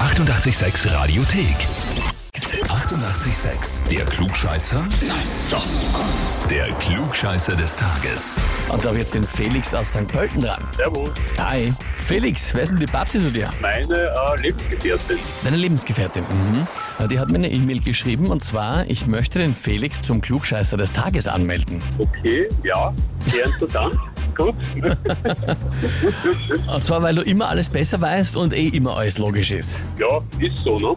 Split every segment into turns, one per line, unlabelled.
886 Radiothek. 88,6. Der Klugscheißer? Nein, doch. Der Klugscheißer des Tages.
Und da habe ich jetzt den Felix aus St. Pölten dran.
Servus.
Hi. Felix, wer ist denn die Babsi zu dir?
Meine äh, Lebensgefährtin.
Deine Lebensgefährtin. Mhm. Na, Die hat mir eine E-Mail geschrieben und zwar, ich möchte den Felix zum Klugscheißer des Tages anmelden.
Okay, ja. Gern zu Dank. Gut.
Und zwar, weil du immer alles besser weißt und eh immer alles logisch ist.
ja, ist so, ne?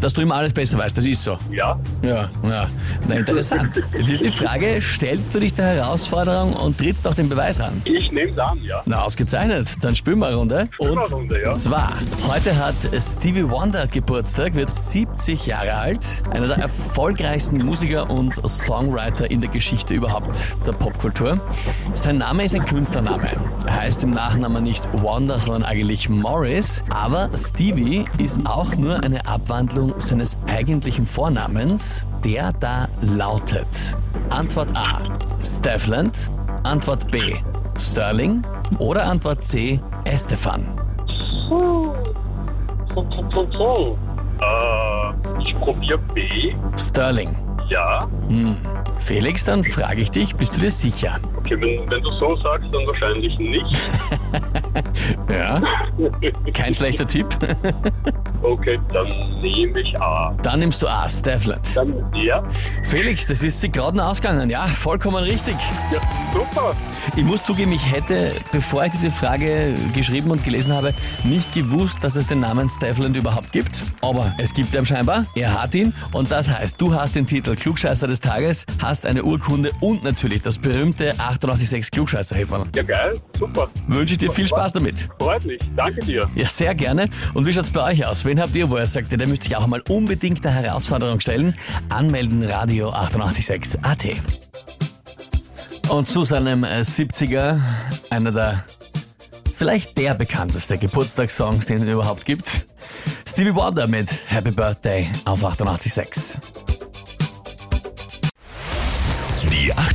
Dass du immer alles besser weißt, das ist so.
Ja.
Ja, ja. Na, interessant. Jetzt ist die Frage, stellst du dich der Herausforderung und trittst auch den Beweis an?
Ich nehme es an, ja.
Na, ausgezeichnet. Dann spielen wir eine Runde. Und
wir eine Runde, ja.
zwar, heute hat Stevie Wonder Geburtstag, wird 70 Jahre alt. Einer der erfolgreichsten Musiker und Songwriter in der Geschichte überhaupt der Popkultur. Sein Name ist ein Künstlername. Er heißt im Nachnamen nicht Wonder, sondern eigentlich Morris. Aber Stevie ist auch nur eine Abwandlung seines eigentlichen Vornamens, der da lautet. Antwort A. Steffland. Antwort B. Sterling oder Antwort C. Estefan.
Äh, ich probiere B.
Sterling.
Ja.
Felix, dann frage ich dich, bist du dir sicher?
Okay, wenn, wenn du so sagst, dann wahrscheinlich nicht.
Ja. Kein schlechter Tipp.
Okay, dann nehme ich A.
Dann nimmst du A, Steffland.
Dann ja.
Felix, das ist sie gerade noch ausgegangen. Ja, vollkommen richtig.
Ja, super.
Ich muss zugeben, ich hätte, bevor ich diese Frage geschrieben und gelesen habe, nicht gewusst, dass es den Namen Steffland überhaupt gibt. Aber es gibt ihn scheinbar. Er hat ihn. Und das heißt, du hast den Titel Klugscheißer des Tages, hast eine Urkunde und natürlich das berühmte 886 klugscheißer -Häferl.
Ja, geil. Super.
Wünsche ich dir viel Spaß damit.
Freut mich. Danke dir.
Ja, sehr gerne. Und wie schaut's bei euch aus? Wen habt ihr, wo ihr sagt, der müsst sich auch mal unbedingt der Herausforderung stellen? Anmelden Radio 886 AT. Und zu seinem äh, 70er, einer der vielleicht der bekannteste Geburtstagssongs, den es überhaupt gibt. Stevie Wonder mit Happy Birthday auf 886.
Die